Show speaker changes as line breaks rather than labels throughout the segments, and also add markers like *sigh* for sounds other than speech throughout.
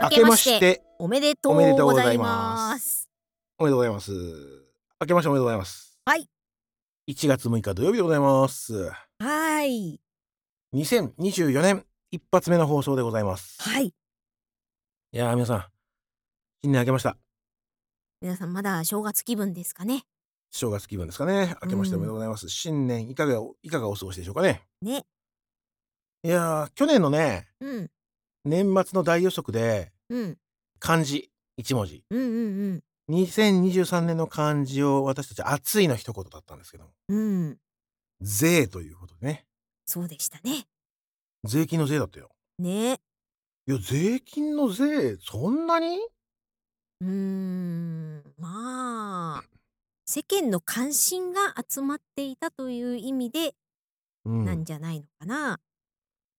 明
明
け
け
ま
ま
し
してておめでと
おめでとう
う
ご
ご
ざ
ざ
い
い
ま
ます。
おめでとうございます明けましておめでとうございます
はい
1月6日土曜日でございます
はい。
2024年一発目の放送でございます
はい。
いやー皆さん新年明けました
皆さんまだ正月気分ですかね。
正月気分ですかね明けましておめでとうございます、新年いかがいかがお過ごしでしょうかね
ね。
いやー去年のね
うん。
年末の大予測で
うん。
漢字1文字
うんうん
2023年の漢字を私たち熱いの一言だったんですけども
うん。うん。
税ということでね
そうでしたね。
税金の税だったよ
ね。
いや税金の税そんなに
うーん。まあ。世間の関心が集まっていたという意味で
う
なん
ん、
じゃないのかな。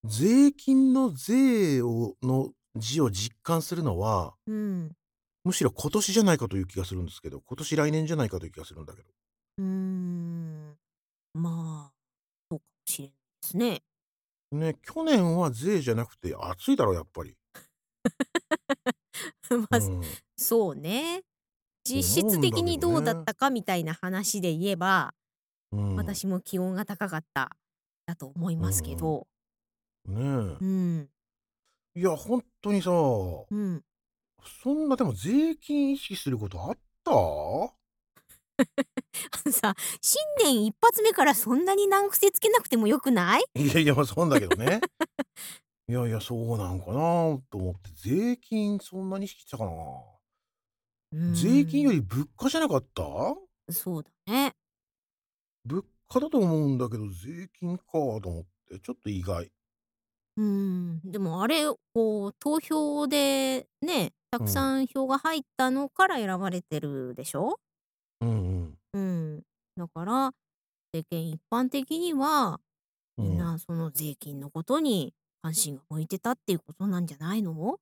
税金の税をの字を実感するのは
うん。
むしろ今年じゃないかという気がするんですけど今年来年じゃないかという気がするんだけど
うーん。まあ。そうかもしれないですね。 *laughs*
ね去年は税じゃなくて暑いだろやっぱり、
まあ、
うん
そうね
思
実
うんだ
質
けどね
的にどうだったかみたいな話で言えば、
うん
私も気温が高かっただと思いますけど
ね
うん、うん
えいや本当にさそんなでも税金意識することあった *laughs*
あのさ新年一発目からそんなに難癖つけなくてもよくない
いやいやまあそうなんだけどねいやいやそうなんかなと思って税金そんなに意識したかな税金よ
り
り物価じゃなかった
そうだね
物価だと思うんだけど税金かと思ってちょっと意外
うんでもあれこう投票でねたくさん票が入ったのから選ばれてるでしょ、
うん
うん、だから世間一般的には
うん、
みん
っ
なその税金のことに関心が向いてたっていうことなんじゃないの？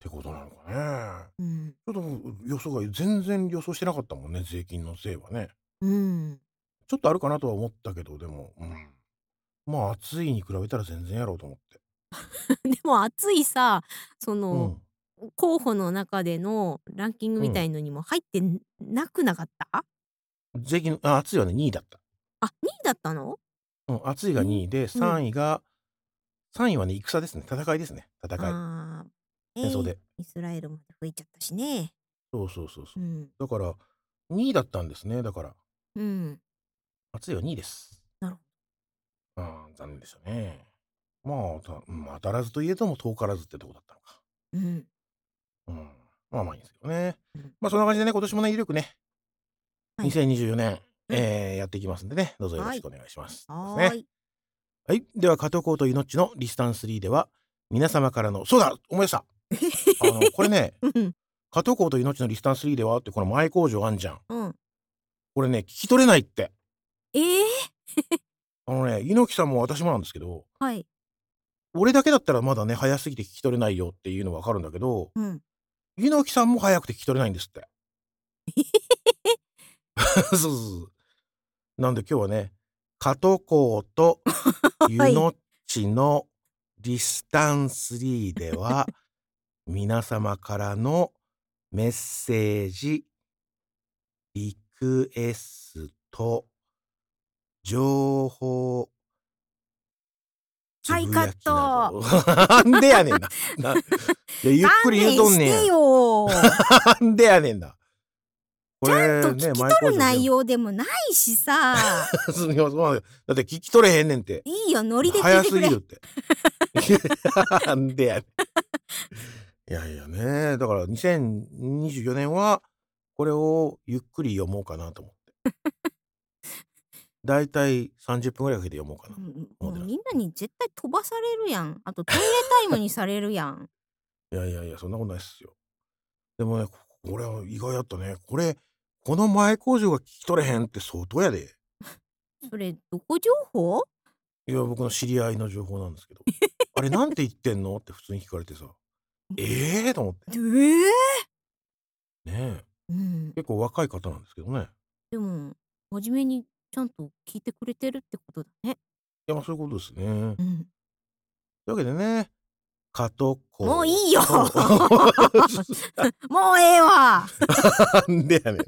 てことなのかね
うん、
ちょっと予想外全然予想してなかったもんね税金のせいはね
うん、
ちょっとあるかなとは思ったけどでも、うん、まあ暑いに比べたら全然やろうと思って
*laughs* でも熱いさそうの、
ん
候補の中でのランキングみたいのにも入ってなくなかった？
税金あ暑いはね2位だった
あ、2位だったの？
うん、暑いが2位で3位が、3位はね戦ですね戦いですね戦い
ああ、え
戦争で、
イスラエルまで吹いちゃったしね。、
そうそうそうそううんだから2位だったんですねだから
うん、
暑いは2位です
なるほ
どうん残念でしたねまあた、うん当たらずといえども遠からずってとこだったのか
うん、
うんまあまあいいんですけどね、
うん
まあそんな感じでね今年もね威力ね、
はい
2024年、
うん
えーやっていきますんでねどうぞよろしくお願いします、
は
ですね
ー
は
い、
い。では、加藤コートイノッチのリスタンス3では、皆様からの、そうだ思い
*laughs*
出したあの、これね、
うん、
加藤コートイノッチのリスタンス3ではって、この前工場あんじゃん。
うん、
これね、聞き取れないって。
えー、
あのね、猪木さんも私もなんですけど、
はい、
俺だけだったらまだね、早すぎて聞き取れないよっていうのわかるんだけど、
うん、
猪木さんも早くて聞き取れないんですって。 *laughs* そうそうそう。なんで今日はね、加藤コート湯
い
のっちのリスタンス3では皆様からのメッセージリクエスト情報
はいカット
つぶやきなどなんでやねんなないやゆっくり言うとん
勘弁し
ね
て
ん *laughs*
よー。
なんでやねんなこれ
と聞き取る内容でもないしさ
*laughs* 前工場全部 *laughs* そうなんだよだって聞き取れへんねんって
いいよノリで聞
早
いてく
す
れ
ぎるって。 *laughs* なんでやねん。いやいやね、だから2024年はこれをゆっくり読もうかなと思って。だいたい30分ぐらいかけて読もうかな
う。ん
モ
も
デ
う
ル
みんなに絶対飛ばされるやんあとトイレタイムにされるやん
いやいやいや、そんなことないっすよ。でもね、ここれは意外だったね。これ、この前工場が聞き取れへんって相当やで。
それどこ情報
いや、僕の知り合いの情報なんですけど。あれ、なんて言ってんのって普通に聞かれてさ。ええー、と思って。
えー
ねえ
うん、
結構若い方なんですけどね。
でも真面目にちゃんと聞いてくれてるってことだね
いやまあそういうことですね。
うん
というわけでねかとこ
もういいよ
な
もうええわ
んでやねん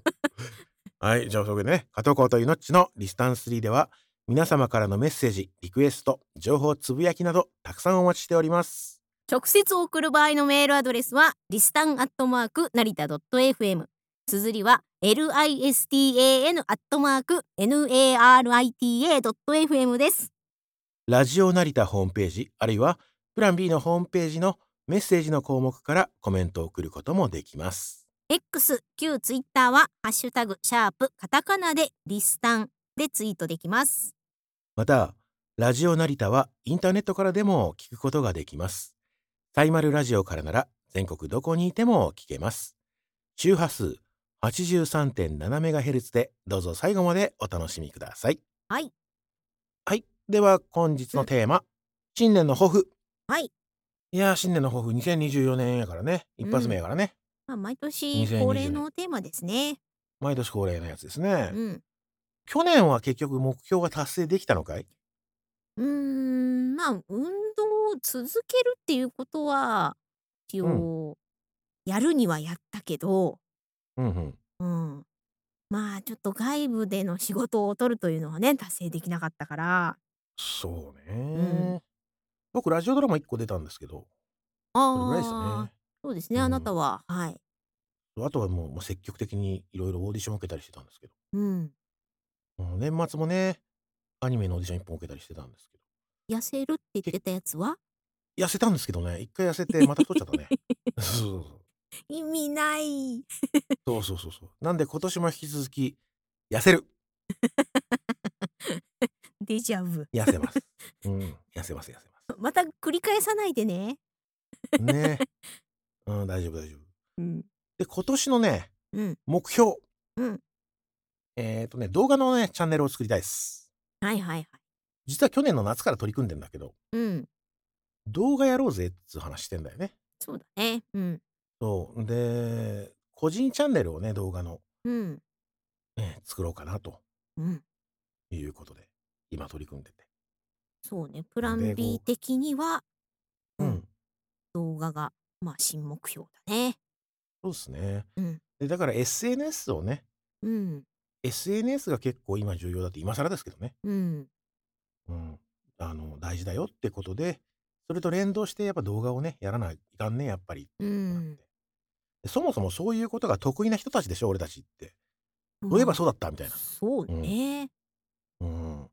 はいじゃあそれでね「かとこといのっち」のリスタンス3では皆様からのメッセージリクエスト情報つぶやきなどたくさんお待ちしております
直接送る場合のメールアドレスはリスタンアットマーク成田 .fm 綴りは LISTAN アットマーク NARITA.fm です
ラジオ成田ホームページあるいはプラン B のホームページのメッセージの項目からコメントを送ることもできます
X 旧ツイッターはハッシュタグシャープカタカナでリスタンでツイートできます
またラジオ成田はインターネットからでも聞くことができますサイマルラジオからなら全国どこにいても聞けます周波数 83.7MHz でどうぞ最後までお楽しみください
はい
はいでは本日のテーマ、新年の抱負
はい
いやー新年の抱負2024年やからね一発目やからね、
まあ、毎年恒例のテーマですね。
毎年恒例のやつですね、
うん。
去年は結局目標が達成できたのかいう
ーん、まあ、運動を続けるっていうことは、一応、やるにはやったけど、
うんうん
うん。まあ、ちょっと外部での仕事を取るというのはね、達成できなかったから、
そうね、
ん
僕ラジオドラマ1個出たんですけど
あ
これぐらいですよ
ー
ね
そうですね、
うん
あなたは、はい。
あとはもうもう積極的にいろいろオーディション受けたりしてたんですけど、
うん。
うん年末もねアニメのオーディション1本受けたりしてたんですけ
痩せるって言ってたやつは
ど痩せたんですけどね一回痩せてまた太っちゃったねそう
意味ない。
そうそうそうそうそうなんで今年も引き続き痩せる
デジャブ。 *laughs*
痩せます、うん、痩せます痩せま
また繰り返さないでね。
すねうん大丈夫大丈夫
うん。
で今年のね
うん。
目標
うん
えっ、とね動画のねチャンネルを作りたいです
はいはいはい。
実は去年の夏から取り組んでんだけど
うん。
動画やろうぜっつう話してんだよね
そうだね。うん。
そうで個人チャンネルをね動画の、
うん。
ね、作ろうかなと
うん。
いうことで今取り組んでて
そうね。プラン
で
B
こう
的には、
う、
うんん動画が、まあ、新目標だね。
そうですね、
うん
でだから SNS をね
うん。
SNS が結構今重要だって今更ですけどね、
うん。
うん、あの大事だよってことでそれと連動してやっぱ動画をねやらないいかんねやっぱり
う
なっ
ん
て。でそもそもそういうことが得意な人たちでしょ俺たちってそういえばそうだったみたいな。
そうね。
うん、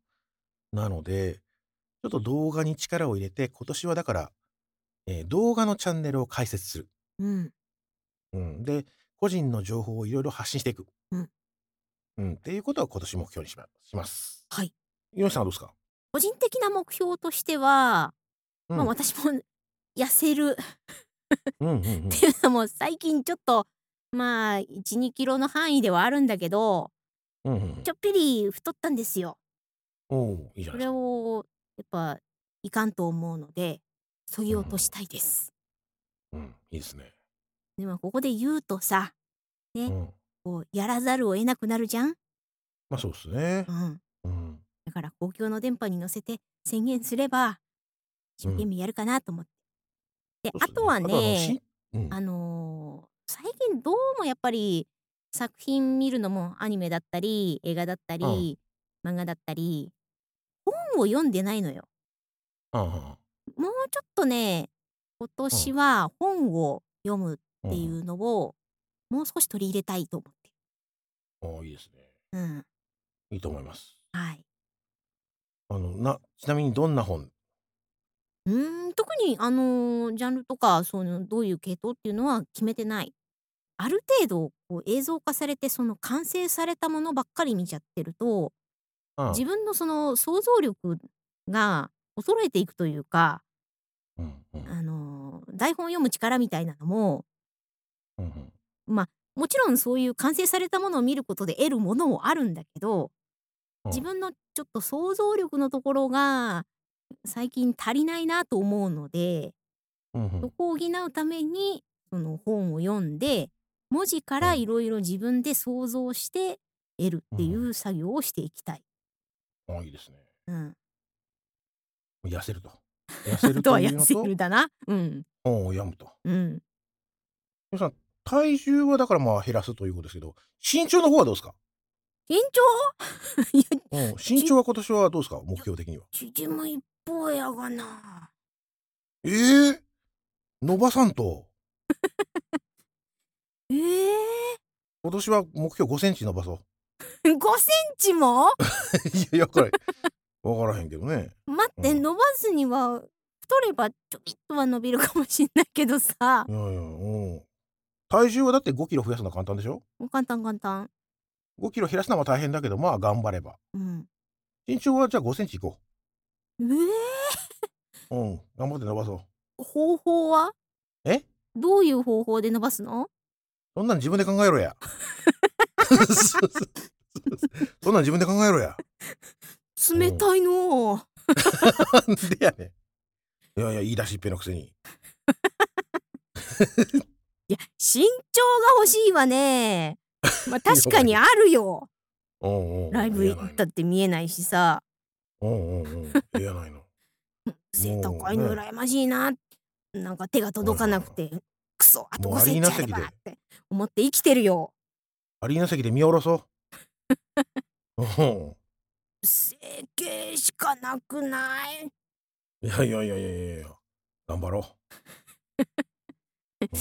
なのでちょっと動画に力を入れて今年はだから、えー動画のチャンネルを開設する。
うん。
うん、で個人の情報をいろいろ発信していく。
うん
うんっていうことを今年目標にしまします。
はい。
よしさんはどうですか
個人的な目標としては、
うん
まあ、私も痩せる *laughs* っ
うんうんうん。
ていうのも最近ちょっと、まあ、1、2キロの範囲ではあるんだけど、
うんうんうん
ちょっぴり太ったんですよ。
おういいじゃ
そ
ないで
れ
すか。
を、やっぱ、いかんと思うので、そぎ落としたいです。
うん、いいですね。
でもここで言うとさ
う
え
ん、
こうやらざるを得なくなるじゃん、
まあそうですね
う。ん、
うん、
だから公共の電波に乗せて宣言すれば一生懸命やるかなと思って、であとは
そうっすあ
ね
とはもうし
あのー最近どうもやっぱり作品見るのもアニメだったり映画だったり、漫画だったり本を読んでないのよ
うん、ああ
もうちょっとね今年は本を読むってい。
ん
うのをもう少し取り入れたいと思って
おういいですね。
るうん
いいと思います。
はい
あのなちなみにどんな本
うーん特にあのージャンルとかそのどういう系統っていうのは決めてないある程度こう映像化されてその完成されたものばっかり見ちゃってると
ああ
自分のその想像力が衰えていくというか、
うんうん
あのー台本読む力みたいなのも
うんうん
もちろんそういう完成されたものを見ることで得るものもあるんだけど
うん
自分のちょっと想像力のところが最近足りないなと思うので。
うんうん
そこを補うためにその本を読んで文字から
うん
いろいろ自分で想像して得るっていうう作業をしていきたい。 *laughs*
あいいですね。
うん、
痩せると。痩
あ
せる
と
と
は
いう
痩
の
せ
と
るだな。うん。
本を読むと。
うん。
皆さん体重はだからまあ減らすということですけど身長の方はどうですか、
緊張 *laughs* いや、
うん、身長は今年はどうですか目標的には。
縮む一方やがな。
ええ伸ばさんと
ええ
今年は目標5センチ伸ばそう。 *laughs*
ー、5センチも
いやいや
*laughs*
これ分からへんけどね。
待って、
うん
伸ばすには、太ればちょびっとは伸びるかもしんないけどさ
い。やいやうん体重はだって5キロ増やすのは簡単でしょ
簡単簡単。
5キロ減らすのは大変だけどまあ頑張れば
うん。
身長はじゃあ5センチいこ
ええ
ううん頑張って伸ばそう
ー、方法は
え
どういう方法で伸ばすの
そんなん自分で考えろ
*laughs*
やそんなん自分で考えろや
冷たいのう。
なんでやねんいやいや言い出しっぺのくせに
いや、身長が欲しいわね。
*laughs*
まあ確かにあるよ。
うんうんうん
ライブ
いや
行
ない
ったって見えないしさ。
のうんうんうんいやないの
背高いの羨ましいな、なんか手が届かなくてクソあと
もう
5
アリ
セ
ー
ン
ナ
チあれ
席で
ばって思って生きてるよ
アリーナ席で見下ろそううん
整形しかなくない
いやいやいやいやいやいや頑張ろう、
*laughs*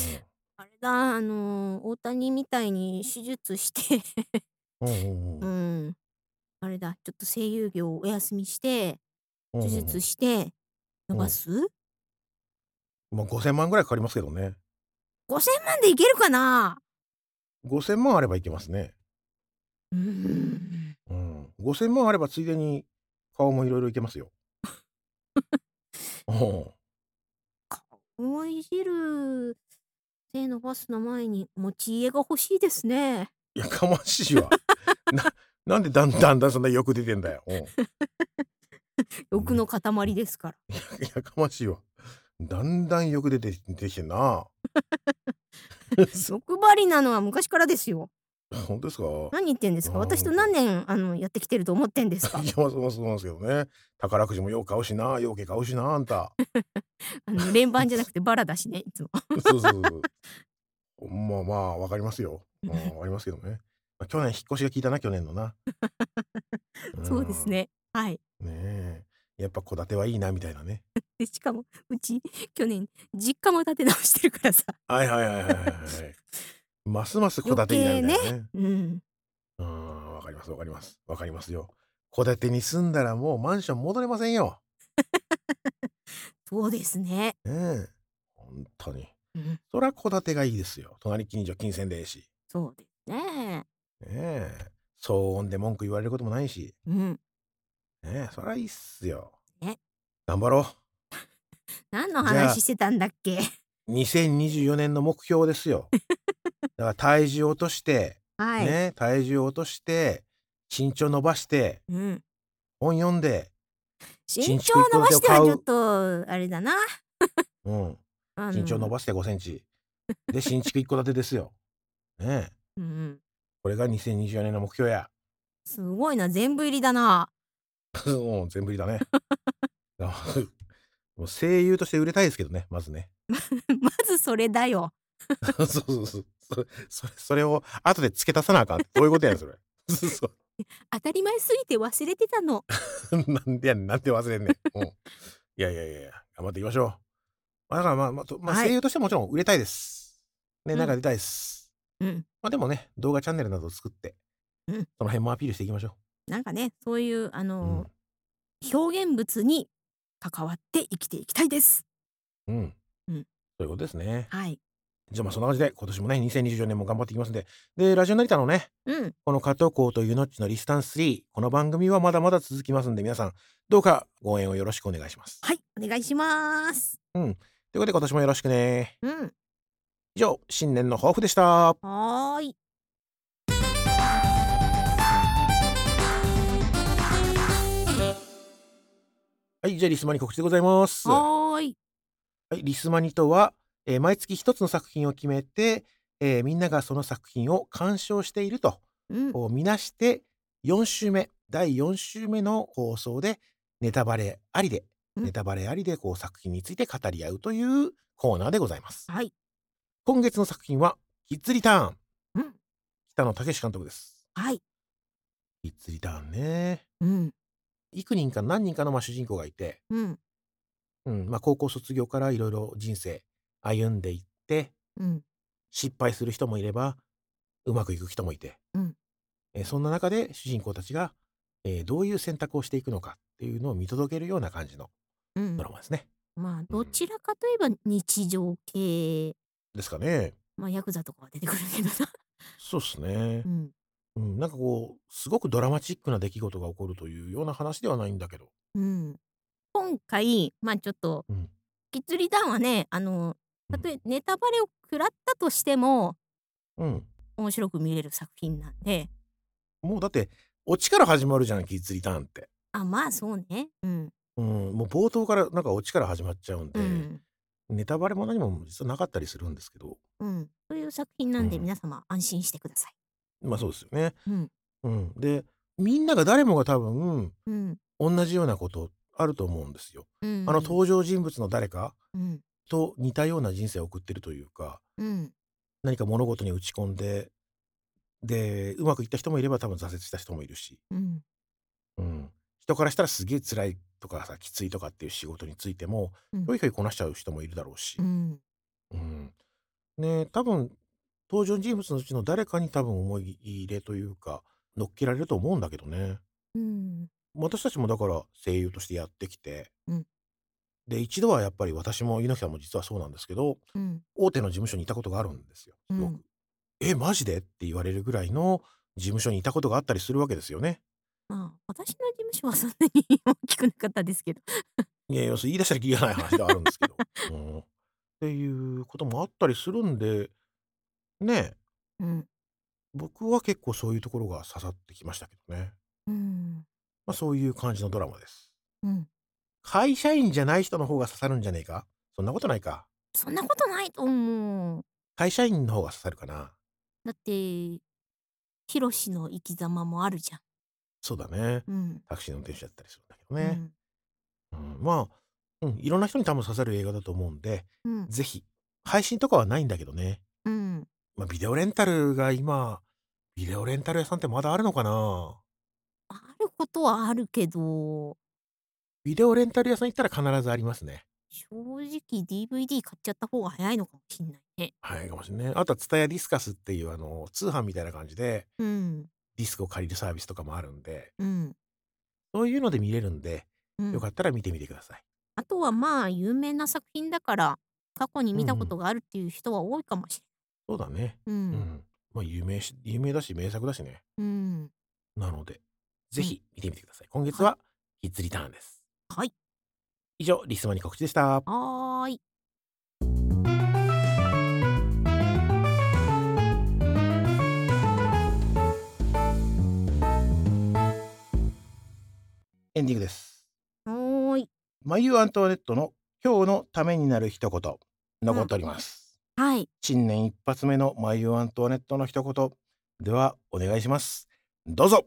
あれだあのー大谷みたいに手術して *laughs*
うん、うんうんう
うんんあれだちょっと声優業をお休みして
うんうん
手術して伸ばす、
まあ5000万ぐらいかかりますけどね
5000万でいけるかな
5000万あればいけますね
うん
うん5000万あればついでに顔もいろいろいけますようん
思い汁手伸ばすの前に持ち家が欲しいですね
いやかまし
*laughs*
いわななんでだんだんだんそんな欲出てんだよ、うん、い
欲の塊ですから
やかましいわだんだん欲出て出てきてんな
*laughs* 欲張りなのは昔からですよ。
本当ですか
何言ってんですか。
あー
私と何年あのやってきてると思ってんですか
い。やまあそうそうなんですけどね宝くじもよう買うしなようけ買うしなあんた
あの連番じゃなくてバラだしね。いつも。
そうそうそうまあまあわかりますよ、うんわかりますけど
*laughs*
ねまあ去年引っ越しが効いたな去年のな
*laughs* そうですね。はい。
うんねえやっぱ戸建てはいいなみたいなね
でしかもうち去年実家も建て直してるからさ。
はいはいはいはいはいはい *laughs* ますます戸建ていいなみたいなね
うん。
うんわかりますわかりますわかりますよ戸建てに住んだらもうマンション戻れませんよ
そうですね。
ねえ本当に
うん。
そりゃ戸建てがいいですよ隣近所金銭でええし
そうですね。
ねえ騒音で文句言われることもないし
うん。
ねえそりゃいいっすよ、
ね
頑張ろ
何の
じゃあ
話してたんだっけ。
う2024年の目標です *laughs* よだから体重落として、
はい。
ね体重落として身長伸ばして
うん。
本読んで
身長を伸ばしてはちょっとあれだな。
うん
あの
身長伸ばして5センチで新築一戸建てですよねえ
うん。
これが2024年の目標や *laughs*
すごいな全部入りだな。 *laughs*
もう全振りだね *laughs* もう声優として売れたいですけどねまずね *laughs*
まずそれだよ。
そうそうそうそれそれそれを後で付け足さなあかんどういうことやねんそれ *laughs* そうそ
当たり前すぎて忘れてたの。
う *laughs* なんでやねんなんで忘れんねん、うん、いやいやいやいや頑張っていきましょう、まあ、だからまあ、まあとまあ、
はい
声優としてもちろん売れたいですね
うん
なんか出たいです、
うん。
まあでもね動画チャンネルなどを作って、
うん
その辺もアピールしていきましょ
なんかね、そういう、あ
う、
のー表現物に関わって生きていきたいです。
うんうん
うん
そういうことですね
はい。
じゃあまあそんな感じで今年もね2024年も頑張っていきますんででラジオ成田のね
うん。
この加藤校とユノッチのリスタンス3この番組はまだまだ続きますんで皆さんどうかご応援をよろしくお願いします。
はい。お願いします。
ということで今年もよろしくね。
うん。
以上新年の抱負でした。
はーい。
はいじゃあリスマニ告知でございます。は
はーい。
いリスマニとは、えー毎月一つの作品を決めて、えーみんながその作品を鑑賞していると
うん。
を見なして4週目第4週目の放送でネタバレありで
うん
ネタバレありでこう作品について語り合うというコーナーでございます。
はい。
今月の作品は、キッズリターン。
うん。
北野武監督です。
はい。
キッズリターンね。
うん。
幾人か何人かのまあ主人公がいて、
うん。
うんまあ、高校卒業からいろいろ人生歩んでいって、
うん。
失敗する人もいればうまくいく人もいて、
うん
えーそんな中で主人公たちが、えーどういう選択をしていくのかっていうのを見届けるような感じの
うん
ド。ラマですね。
まあ、どちらかといえば日常系。
ですかね。
まあ、ヤクザとかは出てくるけどな。 *laughs*
そうですね
う、ん。
うん。なんかこうすごくドラマチックな出来事が起こるというような話ではないんだけど。
うん。今回、まあちょっと、
うん
キッズリターンはね、あの、
う
た
ん
とえネタバレを食らったとしても、
うん、
面白く見れる作品なんで、
もうだってオチから始まるじゃんキッズリターンって。
あ、まあそうね。うん。
うん、もう冒頭からなんかオチから始まっちゃうんで、
うん。
ネタバレも何も実はなかったりするんですけど
うん。という作品なんで、
うん
皆様安心してくださ
まあそうですよね。
い。うん。
うん、でみんなが誰もが多分
うん。
同じようなことあると思うんですよ。
うん。
あの登場人物の誰か
うん。
と似たような人生を送ってるというか
うん。
何か物事に打ち込んででうまくいった人もいれば多分挫折した人もいるし、
うん。
うん、人からしたらすげえ辛いとかさきついとかっていう仕事についても
うん
ひょいひょいこなしちゃう人もいるだろうし
う、ん。
うんね、多分登場人物のうちの誰かに多分思い入れというか乗っけられると思うんだけどね。
うん。
私たちもだから声優としてやってきて、
うん
で一度はやっぱり私も猪木さんも実はそうなんですけど
うん。
大手の事務所にいたことがあるんですよ。すごく
うん
えマジでって言われるぐらいの事務所にいたことがあったりするわけですよね。
まあ、私の事務所はそんなに大きくなかったですけど。
いやいやそう言い出したらきりがない話ではあるんです
*laughs*
けど。うん、っていうこともあったりするんでねえ
うん。
僕は結構そういうところが刺さってきましたけどね。
うん。
まあ、そういう感じのドラマです。
うん。
会社員じゃない人の方が刺さるんじゃねえかそんなことないか。
そんなことないと思う。
会社員の方が刺さるかな
だって、ヒロシの生き様もあるじゃ
そうだね
ん。うん。
タクシーの運転手だったりするんだけど
う
ね、
ん
うんまあ、うん、いろんな人に多分刺さる映画だと思うんで
うん。
ぜひ配信とかはないんだけどね、
うん。
まあ、ビデオレンタルが今ビデオレンタル屋さんってまだあるのかな
あることはあるけど、
ビデオレンタル屋さん行ったら必ずありますね
正直 DVD 買っちゃった方が早いのかもしんないね。
はいかもしれないあとはツタヤディスカスっていうあの通販みたいな感じで
うん。
ディスクを借りるサービスとかもあるんで
うん。
そういうので見れるんで
うん
よかったら見てみてください、
あとはまあ、有名な作品だから、過去に見たことがあるっていう人は多いかもし
そうだね
れないう
うん、
ん。
まあ有名し有名だし名作だしね
うん。
なので、ぜひ見てみてください。今月は、キッズリターンです。
はい。
以上、リスマに告知でした。
はーい。
エンディングです。
はーい。
マユ・アントワネットの今日のためになる一言、残っております。
はい。
新年一発目のマユ・アントワネットの一言、では、お願いします。どうぞ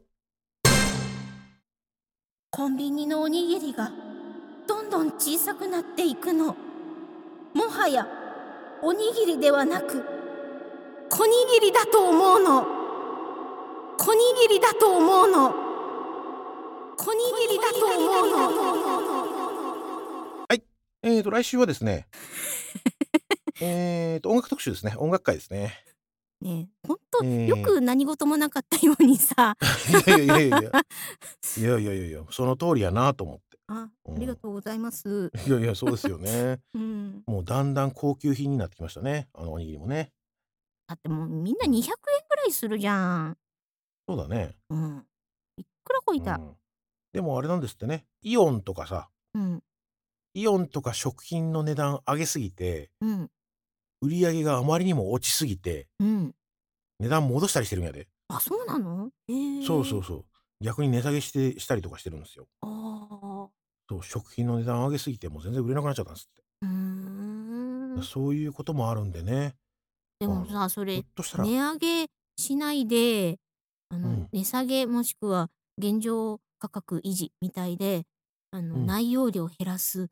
コンビニのおにぎりがどんどん小さくなっていくのもはやおにぎりではなく小にぎりだと思うの小にぎりだと思うの小にぎりだと思うの
えーと、来週はですね、えーと、音楽特集ですね。音楽会ですね。
ねえ、ほんと
えー
よく何事もなかったように *laughs* さ、
いやいやいやいや。いやいやいやいや、その通りやなと思って。
あありがとうござい *laughs* ます。
いやいや、そうですよね。
うん、
もうだんだん高級品になってきましたね。あのおにぎりもね。
だってもうみんな200円ぐらいするじゃん。
そうだね。
うん、いくらこいた
う。んでもあれなんですってね。イオンとかさ、
うん、
イオンとか食品の値段上げすぎて、
うん、
売り上げがあまりにも落ちすぎて、
うん。
値段戻したりしてるんやで。
あ、そうなの？えー、
そうそうそう。逆に値下げしてしたりとかしてるんですよ。
あ
そう、食品の値段上げすぎて、もう全然売れなくなっちゃったんですって。
あ、うーん。
そういうこともあるんでね。
でもさ、
ひ
そ
ょ
れ
っとしたら、
値上げしないで、あの、
うん
値下げもしくは現状価格維持みたいで、あの、
うん。
内容量を減らす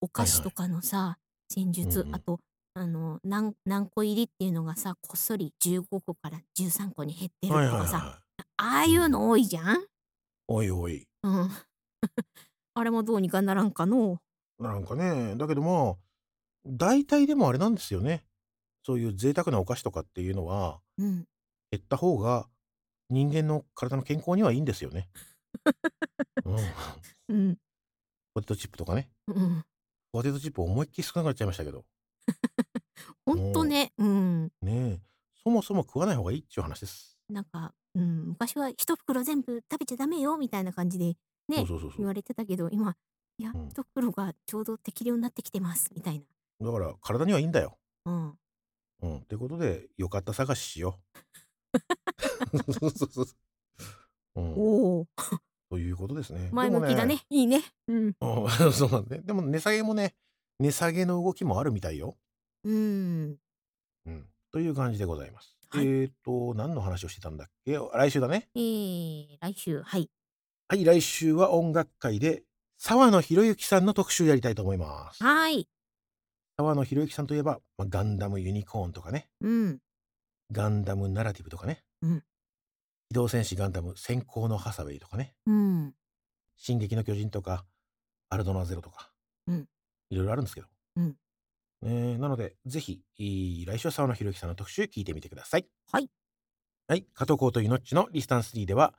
お菓
はい
子
は
と
い。
かのさ、戦
うんう
術、あ
ん。
と、あの、何何個入りっていうのがさ、こっそり15個から13個に減ってる
はい
と
はい
かさ、
は
ああ
い。。
いううんの多いじゃん
おいおい。
うん。 *laughs* あれもどうにかならんかのう。
なんかね、だけどまあ、大体でもあれなんですよね。そういう贅沢なお菓子とかっていうのは、
うん。
減った方が人間の体の健康にはいいんですよね。
*laughs*
うん。
うん。
ポテトチップとかね。
うん。
ポテトチップ思いっきり少なくなっちゃいましたけど。
ほ
うん
と
ん。
ね、うん。
ねえ。そもそも食わない方がいいっちゅう話です。
なんか、うん、昔は一袋全部食べちゃダメよみたいな感じで
そう
ね、
そうそうそ
言わ
う。
れてたけど、今、いや、
うん。
一袋がちょうど適量になってきてますみたいな。
だから体にはいいんだよ。
うん。
うん。ということで、よかった探ししよ
*laughs*
う。そうそうそうそう。うん。
おお、
ということですね。で
前
も
向きだ
ね、
ね。いいね。うん。
うん *laughs* そうなんね。でも値下げもね、値下げの動きもあるみたいよ。
うーん。
うん。という感じでございます。え
はい。
ーと、何の話をしてたんだっけ来週だね。
えー、来週、はい。
はい、来週は音楽会で、沢野博之さんの特集やりたいと思います。
はーい。
沢野博之さんといえば、まあ、ガンダムユニコーンとかね、
うん。
ガンダムナラティブとかね、
うん。
機動戦士ガンダム先行のハサウェイとかね、
うん。
進撃の巨人とか、アルドナゼロとか、
うん。
いろいろあるんですけど。
うん。
えーなので、ぜひ、いい来週は沢野博之さんの特集聞いてみてください。
はい。
はい、加藤コーとイノッチのリスタンスリーでは、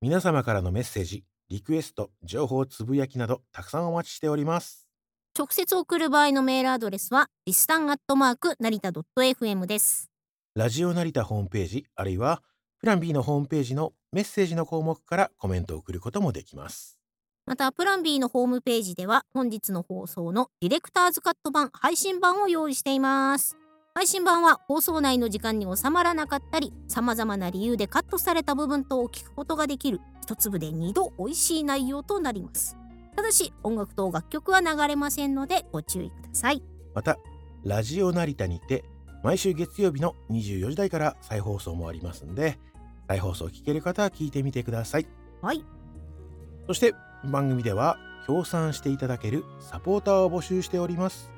皆様からのメッセージ、リクエスト、情報つぶやきなど、たくさんお待ちしております。
直接送る場合のメールアドレスは、リスタンアットマーク、成田 .fm です。
ラジオ成田ホームページ、あるいは、プラン B のホームページのメッセージの項目からコメントを送ることもできます。
また、プラン B のホームページでは、本日の放送のディレクターズカット版、配信版を用意しています。配信版は放送内の時間に収まらなかったり、様々な理由でカットされた部分等を聞くことができる、一粒で二度美味しい内容となります。ただし、音楽と楽曲は流れませんので、ご注意ください。
また、ラジオ成田にて、毎週月曜日の24時台から再放送もありますんで、再放送聞ける方は聞いてみてください。
はい。
そして、番組では、協賛していただけるサポーターを募集しております。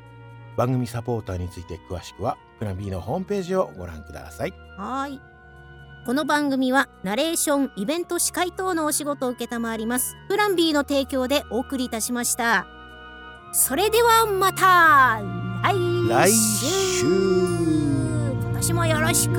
番組サポーターについて詳しくは、プラン B のホームページをご覧ください。
はーい。この番組は、ナレーション、イベント、司会等のお仕事を承ります。プラン B の提供でお送りいたしました。それではまた来
来
週
週
今年もよろしく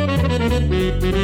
した